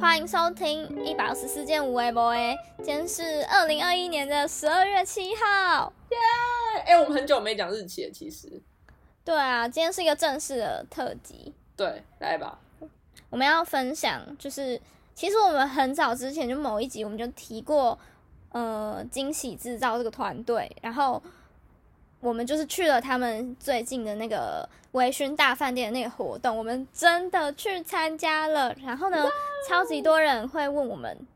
欢迎收听一百二十四件无为 boy，今天是二零二一年的十二月七号。 哎、我们很久没讲日期了，其实。对啊，今天是一个正式的特辑，对，来吧。我们要分享就是，其实我们很早之前就某一集我们就提过，呃，惊喜制造这个团队，然后我们就是去了他们最近的那个微醺大饭店的那个活动，我们真的去参加了。然后呢，超级多人会问我们，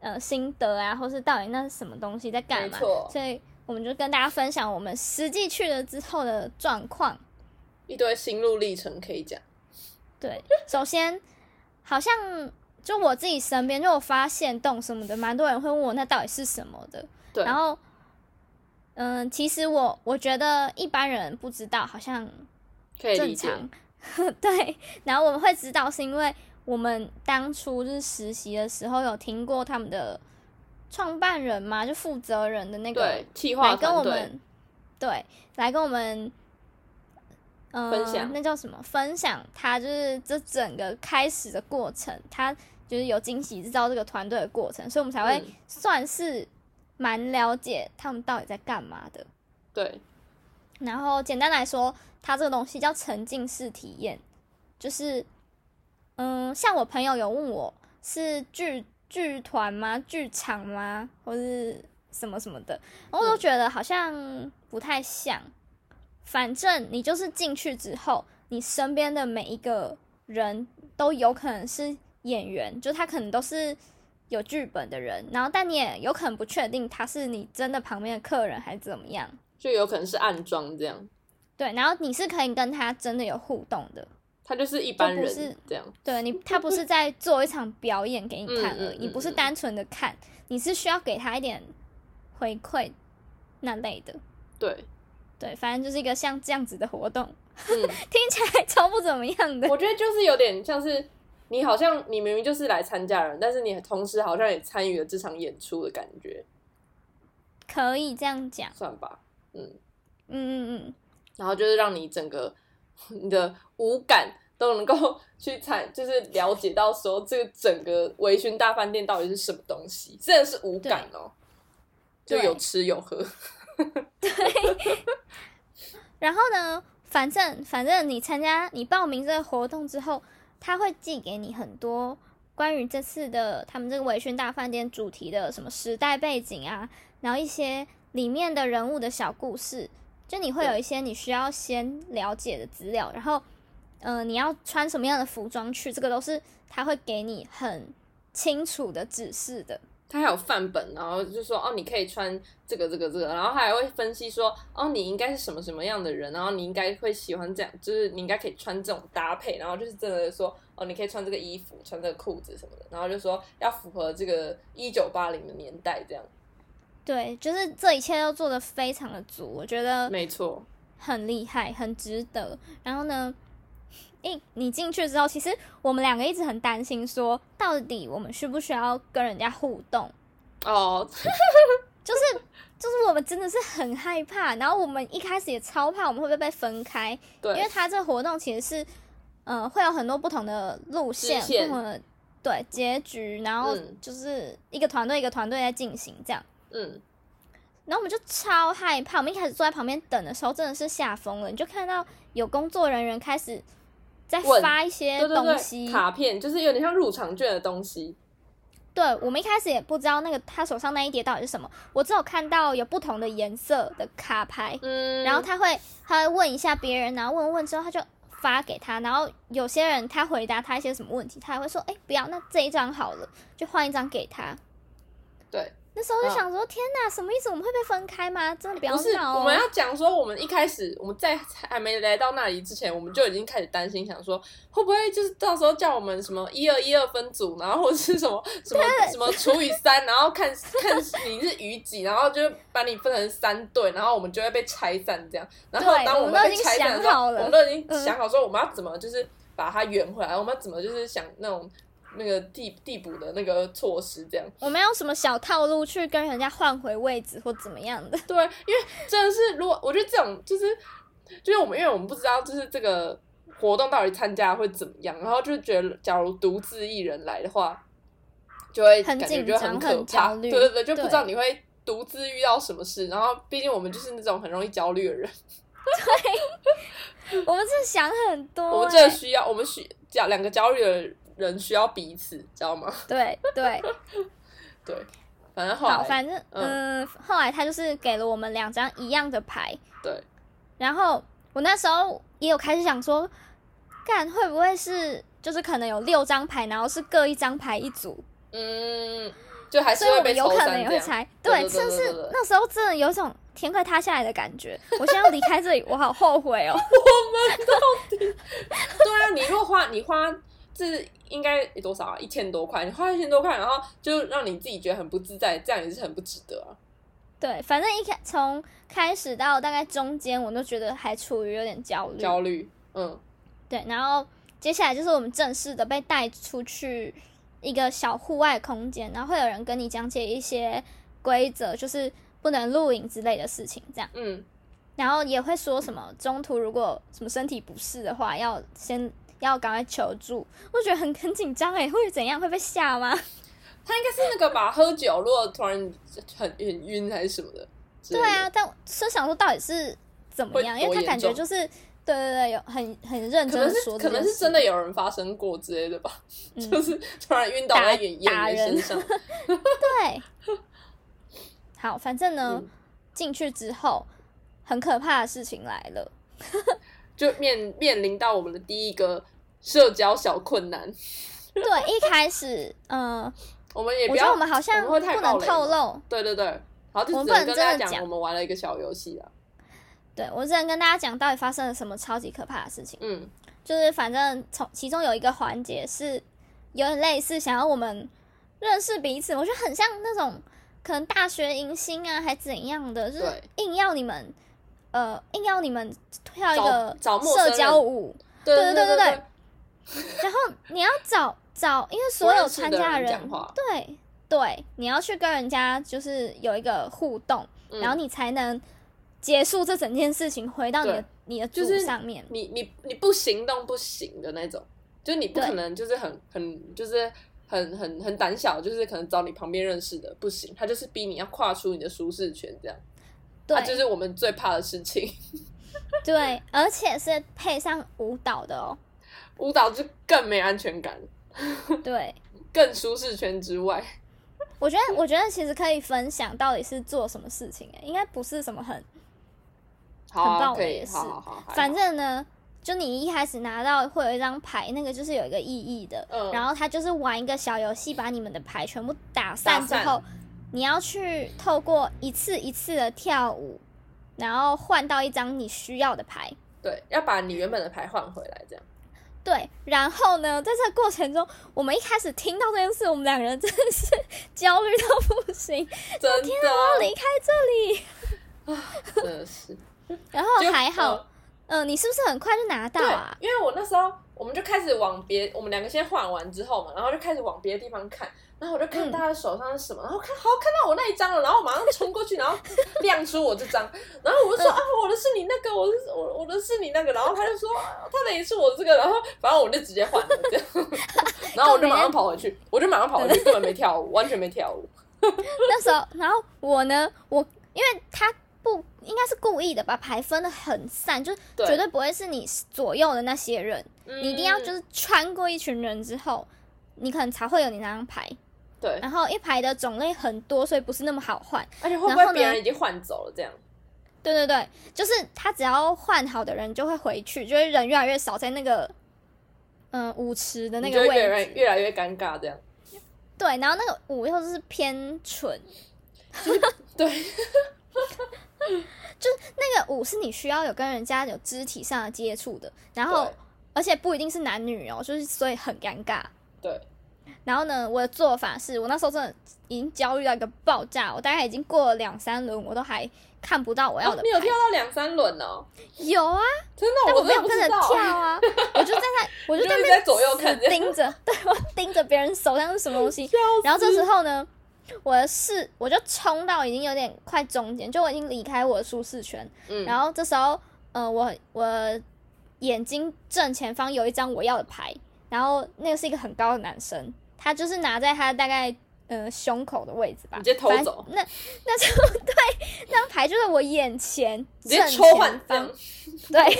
呃，心得啊，或是到底那是什么东西在干没嘛，错所以我们就跟大家分享我们实际去了之后的状况。一堆心路历程可以讲，对，首先好像就我自己身边，就我发现动什么的，蛮多人会问我那到底是什么的。对，然后，嗯，其实我我觉得一般人不知道，好像可以正理解，常。 对，然后我们会知道是因为我们当初就是实习的时候有听过他们的创办人嘛，就负责人的那个对，企划来跟团我队，们，对，来跟我们，呃，分享那叫什么？分享他就是这整个开始的过程，他就是有惊喜制造这个团队的过程，所以我们才会嗯算是蛮了解他们到底在干嘛的。对，然后简单来说，它这个东西叫沉浸式体验，就是，嗯，像我朋友有问我是剧剧团吗、剧场吗，或是什么什么的，然后我都嗯觉得好像不太像。反正你就是进去之后，你身边的每一个人都有可能是演员，就他可能都是有剧本的人，然后但你也有可能不确定他是你真的旁边的客人还是怎么样。就有可能是暗装这样，对，然后你是可以跟他真的有互动的，他就是一般就不是人这样，对你，他不 是在做一场表演给你看嗯嗯而已，你嗯不是嗯单纯的看，你是需要给他一点回馈那类的。对，对，反正就是一个像这样子的活动， 嗯，听起来超不怎么样的。 我觉得就是有点像是你好像你明明就是来参加人，但是你同时好像也参与了这场演出的感觉，可以这样讲，算吧。嗯嗯嗯，然后就是让你整个 你的五感都能够 去采，就是了解到说这个整个微醺大饭店到底是什么东西，真的是五感哦，就对有吃有喝， 然后呢，反正反正你参加你报名这个活动之后，他会寄给你很多关于这次的他们这个维醺大饭店主题的什么时代背景啊，然后一些里面的人物的小故事，就你会有一些你需要先了解的资料，然后，呃，你要穿什么样的服装去，这个都是他会给你很清楚的指示的。它还有范本，然后就说哦，你可以穿这个这个这个，然后还会分析说哦，你应该是什么什么样的人，然后你应该会喜欢这样，就是你应该可以穿这种搭配，然后就是真的说哦，你可以穿这个衣服，穿这个裤子什么的，然后就说要符合这个一九八零的年代这样，对，就是这一切都做得非常的足，我觉得没错，很厉害，很值得。然后呢，一你进去之后，其实我们两个一直很担心说到底我们需不需要跟人家互动？哦，就是我们真的是很害怕，然后我们一开始也超怕我们会不会被分开，对，因为它这个活动其实是，呃，会有很多不同的路线，支线不同的对结局，然后嗯就是一个团队一个团队在进行这样。嗯，然后我们就超害怕，我们一开始坐在旁边等的时候，真的是吓疯了。你就看到有工作人员开始在问发一些对对东西，对，卡片就是有点像入场券的东西，对我们一开始也不知道那个他手上那一叠到底是什么，我只有看到有不同的颜色的卡牌，嗯，然后他会他会问一下别人，然后问问之后他就发给他，然后有些人他回答他一些什么问题，他还会说，哎、不要，那这一张好了，就换一张给他。对，那时候就嗯想说，天哪，什么意思？我们会被分开吗？真的不要不是闹、哦！我们要讲说，我们一开始我们在还没来到那里之前，我们就已经开始担心，想说会不会就是到时候叫我们什么一二一二分组，然后或者是什么 什么什么除以三，然后看 看你是余几，然后就把你分成三队，然后我们就会被拆散这样。然后对当我们们都被已经拆散的时想候，好我了们都已经嗯想好说我们要怎么就是把它圆回来，我们要怎么就是想那种那个地地补的那个措施这样。我们要什么小套路去跟人家换回位置或怎么样 的？对，因为真的是，如果我觉得这种就是，就是我们因为我们不知道，就是这个活动到底参加会怎么样，然后就觉得假如独自一人来的话，就会很感觉紧就张可很怕，焦虑对对对，就不对知道你会独自遇到什么事，然后毕竟我们就是那种很容易焦虑的人，我们真的想很多、欸我们真的需要，我们需焦两个焦虑的人需要彼此，知道吗？对对，对，反正后好，来反正嗯嗯、呃后来他就是给了我们两张一样的牌，对，然后我那时候也有开始想说，干会不会是就是可能有六张牌，然后是各一张牌一组，嗯，就还是所以会我被们有抽可三能也这会样。猜，对对对真对是对对那时候真的有一种天快塌下来的感觉。我现在要离开这里，我好后悔哦。对啊，你如果花你花这应该多少啊？一千多块，你花一千多块，然后就让你自己觉得很不自在，这样也是很不值得啊。对，反正一开从开始到大概中间，我都觉得还处于有点焦虑。焦虑，嗯，对，然后接下来就是我们正式的被带出去一个小户外空间，然后会有人跟你讲解一些规则，就是不能露营之类的事情，这样。嗯，然后也会说什么中途如果什么身体不适的话，要先要赶快求助。我觉得很很紧张哎，会怎样？会被吓吗？他应该是那个吧，喝酒如果突然很很晕还是什么的，对对啊，，但我是想说到底是怎么会样，因多为他严感觉重就是对对对，有很很认可真能的是说这可件能是事真的有人发生过之类的吧，嗯 就是突然晕倒打在演演打员人身上，对。好，反正呢嗯，进、去之后很可怕的事情来 了。就面面临到我们的第一个社交小困难。对，一开始，嗯、我们也不我觉得要，我们好像我不们会太能暴雷透吗露，对对对，好，就我只们不能能跟大家真的讲，讲我们玩了一个小游戏啊。对我只能跟大家讲到底发生了什么超级可怕的事情。嗯，就是反正从其中有一个环节是有点类似想要我们认识彼此，我觉得很像那种可能大学迎新啊，还怎样的，就是对硬要你们呃硬要你们跳一找个找陌生社人交舞，对对对对对对对，然后你要找找，因为所有参加不认识的人人讲话对对，你要去跟人家就是有一个互动，嗯然后你才能结束这整件事情，回到你的对你的就组是啊上面。你你你不行动不行的那种，就是你不对可能就是很很就是很很很胆小，就是可能找你旁边认识的不行，他就是逼你要跨出你的舒适圈，这样，对、啊，就是我们最怕的事情。 对，而且是配上舞蹈的 哦。舞蹈就更没安全感，对，更舒适圈之外，我觉得我觉得其实可以分享到底是做什么事情欸，应该不是什么很，好很啊，棒可我以，也是好好好，还好反正呢。就你一开始拿到会有一张牌，那个就是有一个意义的，嗯然后他就是玩一个小游戏，把你们的牌全部打散之打散后，你要去透过一次一次的跳舞，然后换到一张你需要的牌。对，要把你原本的牌换回来，这样。对，然后呢，在这个过程中，我们一开始听到这件事，我们两个人真的是 焦虑到不行，真要的，啊离开这里。真的 是。然后就还嗯好，嗯、你是不是很快就拿到对啊？因为我那时候我们就开始往别，我们两个先换完之后嘛，然后就开始往别的地方看，然后我就看嗯大家手上是什么，然后看好看到我那一张了，然后我马上冲过去，然后亮出我这张，然后我就说、啊，我的是你那个，我的是我我的是你那个，然后他就说、啊他的也是我这个，然后反正我就直接换了这样，然后我就马上跑回去，我就马上跑回去，根本没跳舞，完全没跳舞，那时候，然后我呢，我因为他不应该是故意的把牌分的很散，就是对嗯绝对不会是你左右的那些人，你你一定要就是穿过一群人之后，你可能才会有你那张牌。对，然后一排的种类很多，所以不是那么好换。而且会不然会后别呢人已经换走了这样？对对对，就是他只要换好的人就会回去，就是人越来越少在那个嗯、舞池的那你个就会越位来置。越来越尴尬这样。对，然后那个舞又是偏蠢，对，那个舞呃是你需要有跟人家有肢体上的接触的，然后而且不一定是男女哦，就是所以很尴尬。对，然后呢，我的做法是我那时候真的已经焦虑到一个爆炸，我大概已经过了两三轮，我都还看不到我要哦的、你有跳到两三轮哦，有啊，真的，但我我没真有的不跟知着道跳 啊，我就站在，我就你就在那一直边在左右看这样盯着，对我盯着别人手上是什么东西。然后这时候呢，我的视我就冲到已经有点快中间，就我已经离开我的舒适圈。嗯，然后这时候，呃，我我眼睛正前方有一张我要的牌，然后那个是一个很高的男生，他就是拿在他大概呃胸口的位置吧，你直接偷反走那那时候对，那张牌就在我眼前，直正接抽换前方张，对，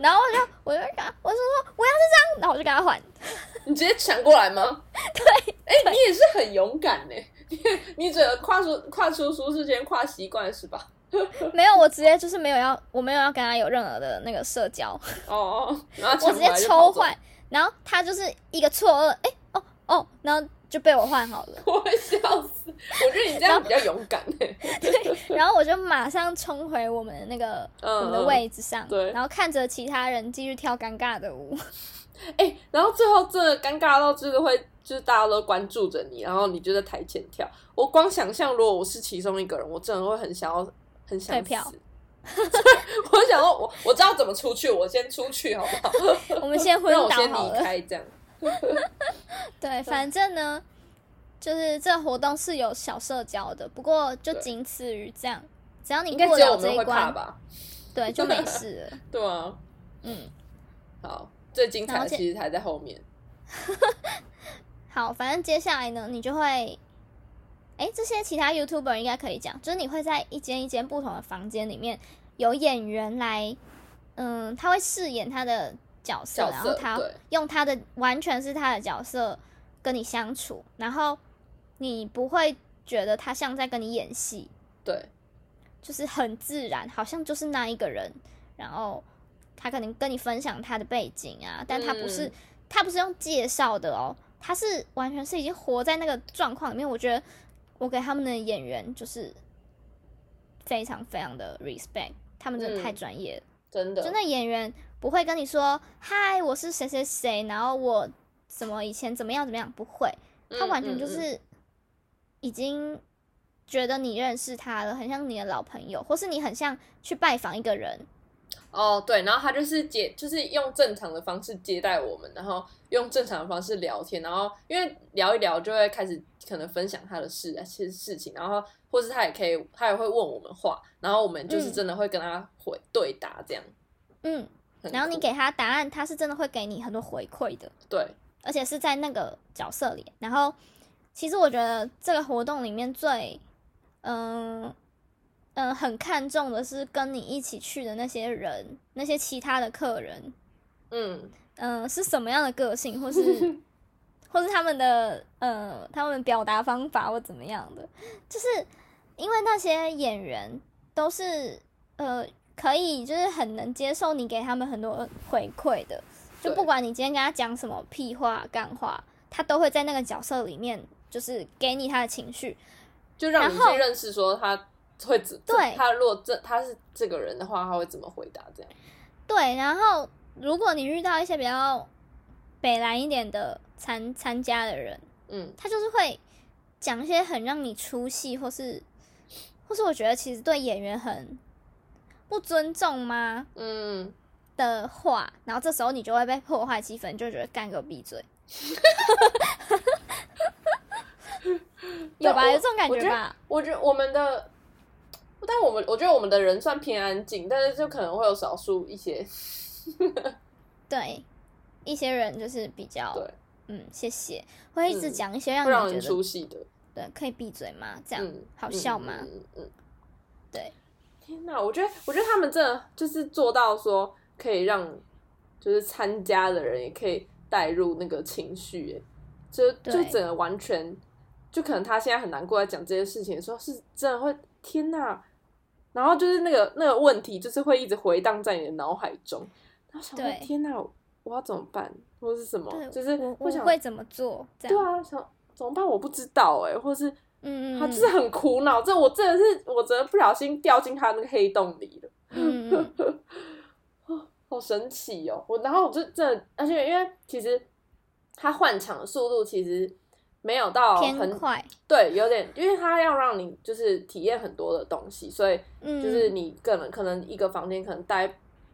然后我就我就跟他，我就说我要这张，然后我就跟他换， 你直接抢过 来吗？对，哎、你也是很勇敢呢、 你你只有跨出跨出舒适圈，跨习惯是吧？没有，我直接就是没有要，我没有要跟他有任何的那个社交，哦哦，然后我直抢过接来就抽跑走换，，然后他就是一个错愕，哎、哦哦，然后就被我换好了， 我会笑死。我觉得你这样比较勇 敢呢、 然后我就马上冲回我们的那个我嗯，们的嗯位置上，对然后看着其他人继续跳尴尬的 舞，哎、然后最后真的尴尬到就是会，就是大家都关注着你，然后你就在台前跳。我光想象，如果我是其中一个人，我真的会很想要，很想退死。 票我想说我，我知道怎么出去，我先出去 好不好？我们先昏让我倒先好离了。开这样。对，反正呢，就是这活动是有小社交的，不过就对仅此于这样。只要你应该过只有我了这们一会怕关，吧？对，就没事 了。对啊，嗯，好，最精彩然的后现其实还在后面。好，反正接下来呢，你就会，哎，这些其他 YouTuber 应该可以讲，就是你会在一间一间不同的房间里面，有演员来，嗯，他会饰演他的角色，角然色后他对用他的完全是他的角色跟你相处，然后你不会觉得他像在跟你演戏，对，就是很自然，好像就是那一个人，然后他可能跟你分享他的背景啊，但他不是、嗯他不是用介绍的哦，他是完全是已经活在那个状况里面。我觉得我给他们的演员就是非常非常的 respect，他们真的嗯太专业了。真的，就那演员不会跟你说嗨，我是谁谁谁，然后我怎么以前怎么样怎么样，不会，他嗯完全就嗯嗯是已经觉得你认识他了，很像你的老朋友，或是你很像去拜访一个人，哦，对，然后他就是接，就是用正常的方式接待我们，然后用正常的方式聊天，然后因为聊一聊就会开始可能分享他的事啊，其实事情，然后或是他也可以，他也会问我们话，然后我们就是嗯真的会跟他回、对答这样。嗯，很然后你酷给他答案，他是真的会给你很多回馈的，对，而且是在那个角色里。然后，其实我觉得这个活动里面最，嗯、嗯、很看重的是跟你一起去的那些人，那些其他的客人，嗯，嗯、是什么样的个性，或是或是他们的呃，他们表达方法或怎么样的，就是因为那些演员都是呃，可以就是很能接受你给他们很多回馈的，就对不管你今天跟他讲什么屁话、干话，他都会在那个角色里面就是给你他的情绪，就让你然后去认识说他会怎，对他如果这他是这个人的话，他会怎么回答这样。对，然后如果你遇到一些比较北蓝一点的参参加的人，嗯，他就是会讲一些很让你出戏，或是或是我觉得其实对演员很不尊重吗嗯，的话，然后这时候你就会被破坏气氛，你就觉得干给我闭嘴，有吧？我有这种感我觉得吧？我觉得我们的，但我们我觉得我们的人算偏安静，但是就可能会有少数一些，对，一些人就是比较对，嗯，谢谢，会一直嗯讲一些会让让你人觉得出戏的。对，可以闭嘴吗？这样嗯，好嗯笑吗？嗯嗯嗯，对。天哪，我觉得，我觉得他们真的就是做到说可以让，就是参加的人也可以带入那个情绪，哎就就对整个完全，就可能他现在很难过，在讲这些事情的时候，是真的会天哪，然后就是那个那个问题，就是会一直回荡在你的脑海中，然后想对说天哪，我要怎么办，或是什么，对，就是我会我想，会怎么做？这对样，啊，想怎么办，我不知道哎，或是嗯嗯，他就是很苦恼，这我真的是我真的不小心掉进他那个黑洞里了，嗯嗯嗯 好神奇哦！我然后我就真的，而且因为其实他换场的速度其实没有到偏很快，对，有点，因为他要让你就是体验很多的东西，所以嗯，就是你可能可能一个房间可能待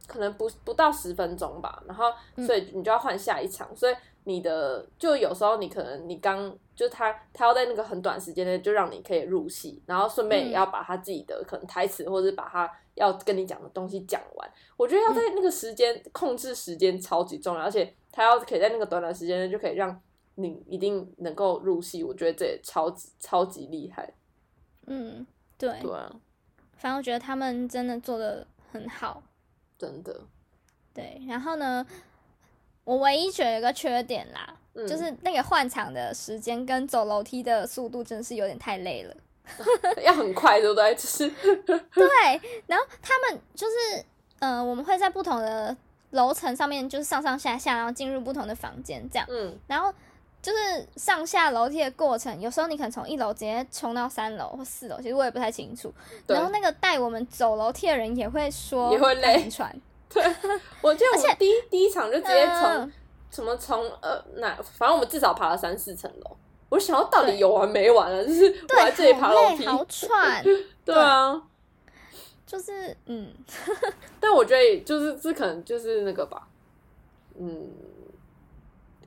可能不不到十分钟吧，然后嗯所以你就要换下一场，所以你的就有时候你可能你刚就他他要在那个很短时间内就让你可以入戏，然后顺便嗯也要把他自己的可能台词或者是把他要跟你讲的东西讲完。我觉得要嗯在那个时间、控制时间超级重要，而且他要可以在那个短短时间内就可以让你一定能够入戏，我觉得这也超级超级厉害。嗯，对，对啊，反正我觉得他们真的做的很好。真的，对，然后呢，我唯一觉得有个缺点啦，嗯就是那个换场的时间跟走楼梯的速度真是有点太累了。要很快，对不对？就是嗯对，然后他们就是，呃，我们会在不同的楼层上面，就是上上下下，然后进入不同的房间这样，嗯， 然后。就是上下楼梯的过程，有时候你可能从一楼直接冲到三楼或四楼，其实我也不太清楚。对然后那个带我们走楼梯的人也会说，也会累喘，我记得我们第一第一场就直接从嗯什么从呃哪，反正我们至少爬了三四层楼。我想要到底对有完没完了，就是我在这里对，爬好楼累，梯，好喘， 对啊。就是嗯，但我觉得就是这可能就是那个吧，嗯，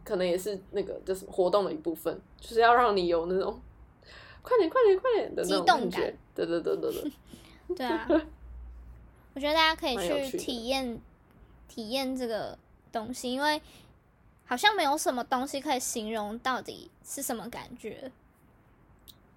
可能也是那个就是活动的一部分，就是要让你有那种快点快点快点的那种激动感觉感。对对对对对，对啊，我觉得大家可以蛮有趣去的体验体验这个东西，因为好像没有什么东西可以形容到底是什么感觉。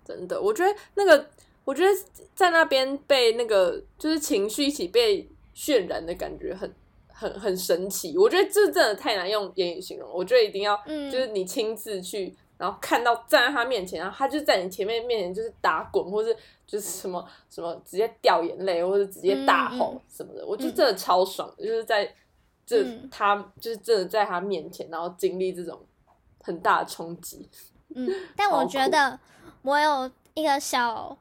真的，我觉得那个，我觉得在那边被那个就是情绪一起被渲染的感觉很。很很神奇，我觉得这真的太难用言语形容了。我觉得一定要，嗯就是你亲自去，然后看到站在他面前，然后他就在你前面面前就是打滚，或是就是什么什么直接掉眼泪，或者直接大嗯吼什么的，我觉得真的超爽的，就是在这、嗯他就是真的在他面前，然后经历这种很大的冲击。嗯，但超我酷觉得我有一个小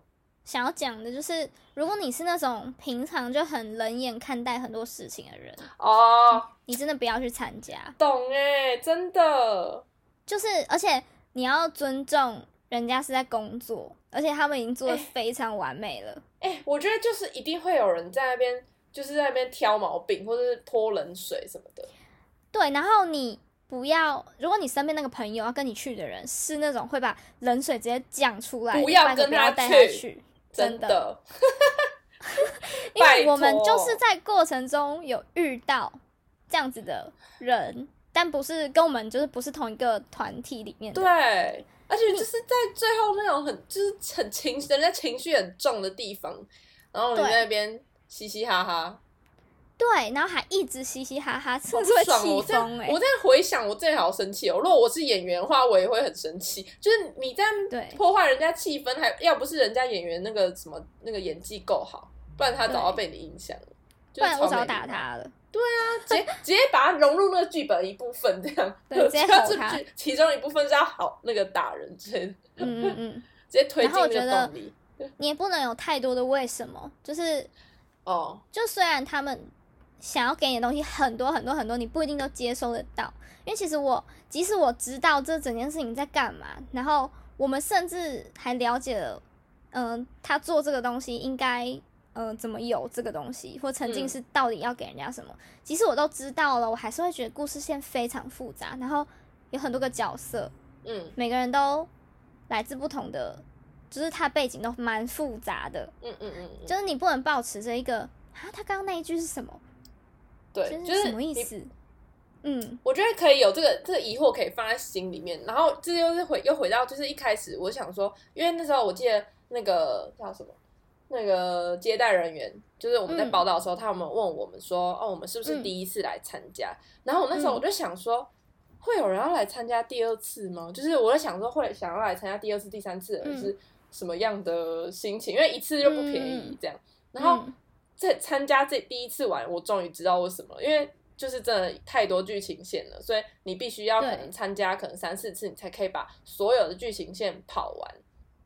想要讲的，就是如果你是那种平常就很冷眼看待很多事情的人，哦，你真的不要去参加。懂哎，真的，就是而且你要尊重人家是在工作，而且他们已经做的哎非常完美了。哎、我觉得就是一定会有人在那边，就是在那边挑毛病，或者是泼冷水什么的。对，然后你不要，如果你身边那个朋友要跟你去的人是那种会把冷水直接讲出来的，不要拜托跟不他带去他去，真真的的，因拜为我们托就是在过程中有遇到这样子的人，但不是跟我们就是不是同一个团体里面的。对，啊而且就是在最后那种很就是很情人家情绪很重的地方，然后你对在那边嘻嘻哈哈，对，然后还一直嘻嘻哈哈，好甚不至会爽哦！气我这样疯哎、我这样回想，我真的好生气哦。如果我是演员的话，我也会很生气。就是你这样对破坏人家气氛，还要不是人家演员那个什么那个演技够好，不然他早要被你影响了。不然我早要要打，他了。直接直接把他融入那个剧本一部分，这样对直接 就要吼是他剧其中一部分是要好那个打人之类的，嗯嗯嗯，直接推然进后我那个觉得动力。你也不能有太多的为什么，就是哦，就虽然他们想要给你的东西很多很多很多，你不一定都接收得到。因为其实我，即使我知道这整件事情在干嘛，然后我们甚至还了解了，嗯、他做这个东西应该，嗯、怎么有这个东西，或沉浸式到底要给人家什么。即使我都知道了，我还是会觉得故事线非常复杂，然后有很多个角色，嗯每个人都来自不同的，就是他背景都蛮复杂的。嗯嗯嗯嗯，就是你不能保持着一个啊，他刚刚那一句是什么？对，就就是是什么意你思？嗯，我觉得可以有这个这个疑惑可以放在心里面，然后这就是回又回到就是一开始我想说，因为那时候我记得那个叫什么那个接待人员，就是我们在嗯报道的时候，他们问我们说，哦，我们是不是嗯第一次来参加？然后我那时候嗯我就想说，会有人要来参加第二次吗？就是我在想说，会想要来参加第二次、第三次的嗯人是什么样的心情？因为一次就不便嗯宜嗯这样。然后嗯在参加这第一次玩，我终于知道为什么了，因为就是真的太多剧情线了，所以你必须要可对能参加可能三四次，你才可以把所有的剧情线跑完，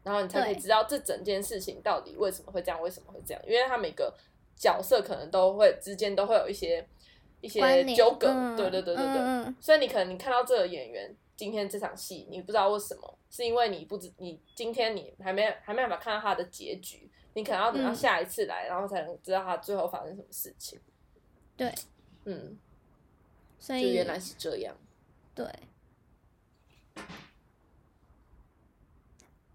然后你才可以对知道这整件事情到底为什么会这样，为什么会这样，因为他每个角色可能都会之间都会有一些一些关联纠葛，嗯对对对对对，嗯嗯所以你可能你看到这个演员今天这场戏，你不知道为什么，是因为你不知你今天你还没还没办法看到他的结局，你可能要等到嗯下一次来，然后才能知道他最后发生什么事情。对，嗯，所就以原来是这样。对。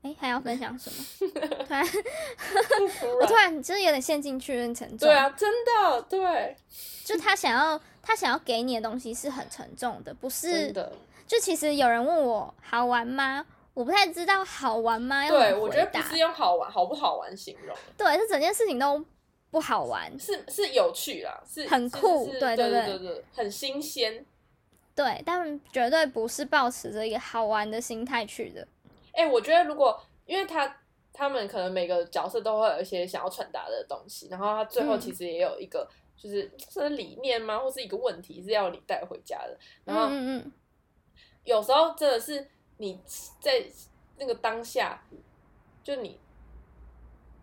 哎、哎、还要分享什么？ 突然，突我突然，然就是有点陷进去很沉重。对啊，真的，对，就他想要他想要给你的东西是很沉重的，不真是？的，就其实有人问我好玩吗？我不太知道好玩吗？要对怎么我回觉得不答是用好玩好不好玩形容，对，这整件事情都不好玩。是是有趣啦，是很是酷是对对对对对对，很新鲜。对，但绝对不是抱持着一个好玩的心态去的。哎、我觉得如果因为他他们可能每个角色都会有一些想要传达的东西，然后他最后嗯其实也有一个、就是算是理念吗，或是一个问题是要你带回家的。然后嗯嗯嗯，有时候真的是你在那个当下，就你，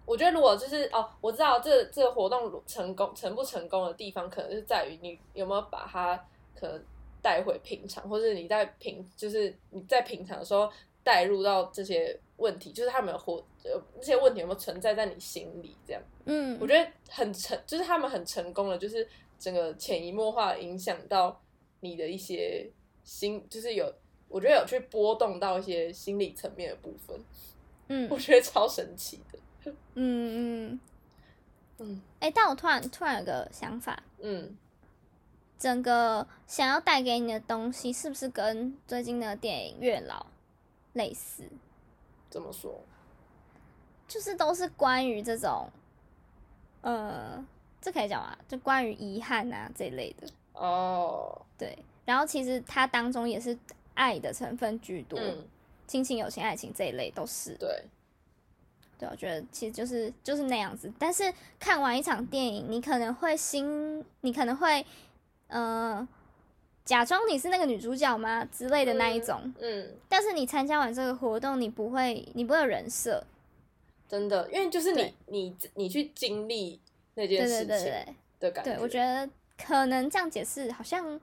我觉得如果就是哦，我知道这这个活动成功成不成功的地方，可能是在于你有没有把它可能带回平常，或者你在平就是你在平常的时候带入到这些问题，就是他们有活呃这些问题有没有存在在你心里这样。嗯，我觉得很成，就是他们很成功了，就是整个潜移默化地影响到你的一些心，就是有，我觉得有去波动到一些心理层面的部分，嗯我觉得超神奇的。嗯嗯，嗯哎、但我突然突然有个想法，嗯，整个想要带给你的东西，是不是跟最近的电影《月老》类似？怎么说？就是都是关于这种，呃，这可以讲啊，就关于遗憾啊这一类的。哦，对，然后其实它当中也是爱的成分居多，嗯，亲情、友情、爱情这一类都是。对，对，我觉得其实就是就是那样子。但是看完一场电影，你可能会心，你可能会，呃，假装你是那个女主角吗之类的那一种。嗯，但是你参加完这个活动，你不会，你不会有人设。真的，因为就是你对你你去经历那对件对事对情对的感对，觉，我觉得可能这样解释好像，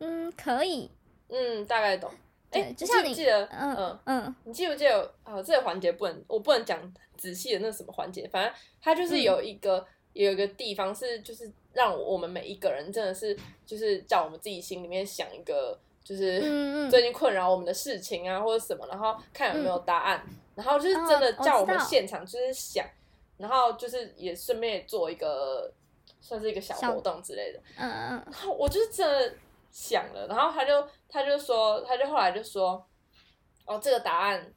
嗯，可以。嗯，大概懂。哎、对就像记你不记得，嗯嗯嗯你记不记得啊、呃这个环节不能，我不能讲仔细的那什么环节，反正它就是有嗯一个、有一个地方是，就是让我们每一个人真的是，就是叫我们自己心里面想一个，就是、嗯嗯最近困扰我们的事情啊，或者什么，然后看有没有答案，然后就是真的嗯哦叫我我知道们现场就是想，然后就是也顺便做一个算是一个小小活动之类的，嗯嗯然后 我就是真的想了，然后他就他就说，他就后来就说，哦，这个答案，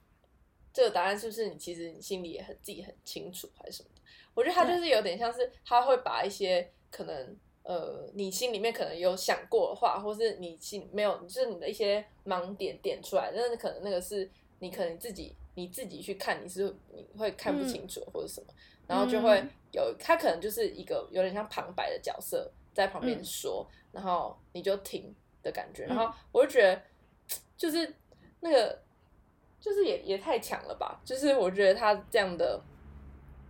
这个答案是不是你其实你心里也很自己很清楚还是什么的？我觉得他就是有点像是他会把一些可能呃你心里面可能有想过的话，或是你心没有，就是你的一些盲点点出来，但是可能那个是你可能自己你自己去看，你是你会看不嗯清楚或者什么。然后就会有他可能就是一个有点像旁白的角色在旁边说，然后你就听的感觉。嗯然后我就觉得，就是那个，就是也也太强了吧！就是我觉得他这样的，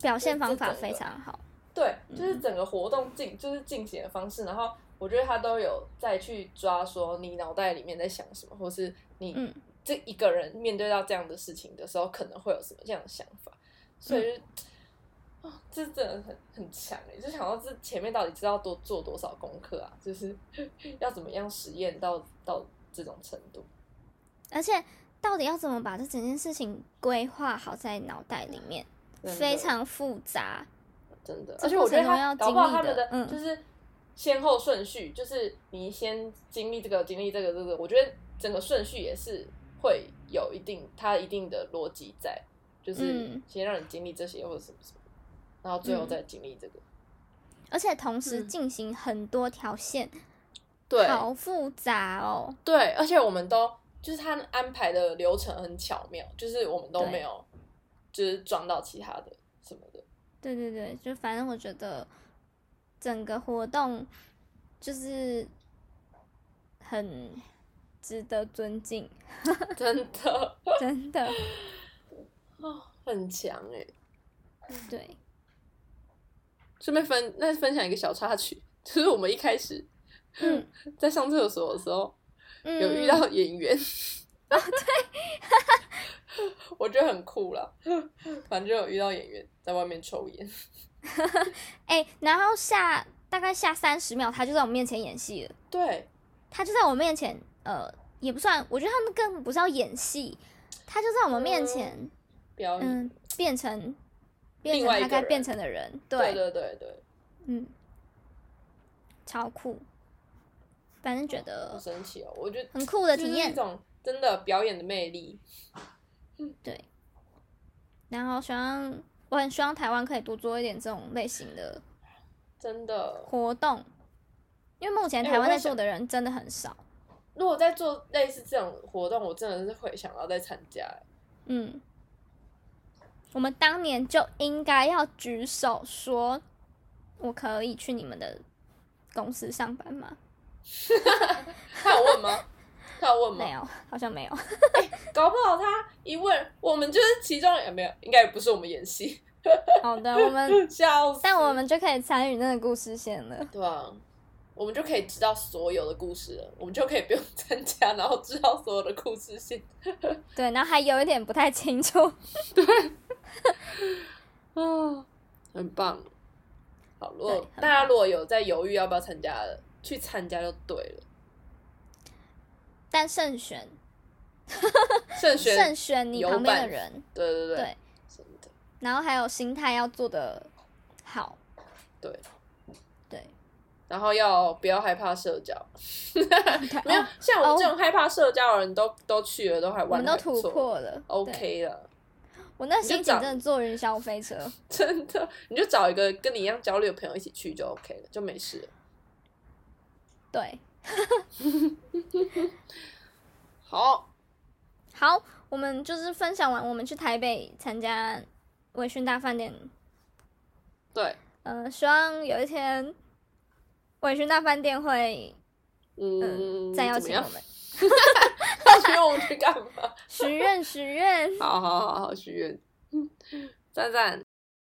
表现方法这整个非常好。对，嗯就是整个活动进就是进行的方式，然后我觉得他都有再去抓说你脑袋里面在想什么，或是你嗯这一个人面对到这样的事情的时候，可能会有什么这样的想法，所以嗯就。哦，这真的很很强诶，就想到这前面到底知道多做多少功课啊，就是 要怎么样实验到到这种程度。而且到底要怎么把这整件事情规划好在脑袋里面，真的非常复杂。真的，这而且我觉得过程中要他经搞历的不好他们的嗯就是先后顺序，就是你先经历这个，经历这个，这个，我觉得整个顺序也是会有一定它一定的逻辑在，就是嗯先让你经历这些或者什么什么，然后最后再经历这个。而且同时嗯进行很多条线，对好复杂哦。对，而且我们都就是他安排的流程很巧妙，就是我们都对没有就是撞到其他的什么的。 对对对，就反正我觉得整个活动就是很值得尊敬， 真的真的。很强哎、对，顺便分那分享一个小插曲，就是我们一开始嗯在上厕所的时候嗯，哦有遇到演员， 对， 我觉得很酷啦。反正就有遇到演员在外面抽烟，哎、然后下大概下三十秒，他就在我面前演戏了。对，他就在我面前，呃，也不算，我觉得他们根本不是要演戏，他就在我们面前标语。嗯，变成变哦另成外一他个该人变成的人，对对对对，嗯，超酷，反正觉好得神奇哦！我觉得很酷的这是体一验，种真的表演的魅力。对。然后希望我很希望台湾可以多做一点这种类型的真的，活动，因为目前哎台我湾在在做想的人真的很少。如果在做类似这种活动，我真的是会想要再参加。嗯，我们当年就应该要举手说，我可以去你们的公司上班吗？他有问吗？他有问没吗？有，好像没有。 搞不好他一问，我们就是其中呃有没有？应该也不是我们演戏，好的，我们， 笑死。但我们就可以参与那个故事线了。对啊，我们就可以知道所有的故事了，我们就可以不用参加，然后知道所有的故事性。对，然后还有一点不太清楚。啊，很棒。好，如对果很棒大家如果有在犹豫要不要参加的，去参加就对了。但慎选，慎选，慎选你有旁边的伴人，对对对，对真的然后还有心态要做的好，对。对，然后要不要害怕社交？ 没有哦，像我这种害怕社交的人都都去了，都还 我玩们得都还突不错破了。对，OK 了，我那心你就情长真的坐云霄飞车。真的，你就找一个跟你一样焦虑的朋友一起去就 OK 了，就没事了。对，好，好，我们就是分享完我们去台北参加微醺大饭店，对，呃，希望有一天微醺大饭店会嗯，再邀怎请么样 我？们他请我们去干嘛？许愿许愿。嗯好好好好，许愿，赞赞。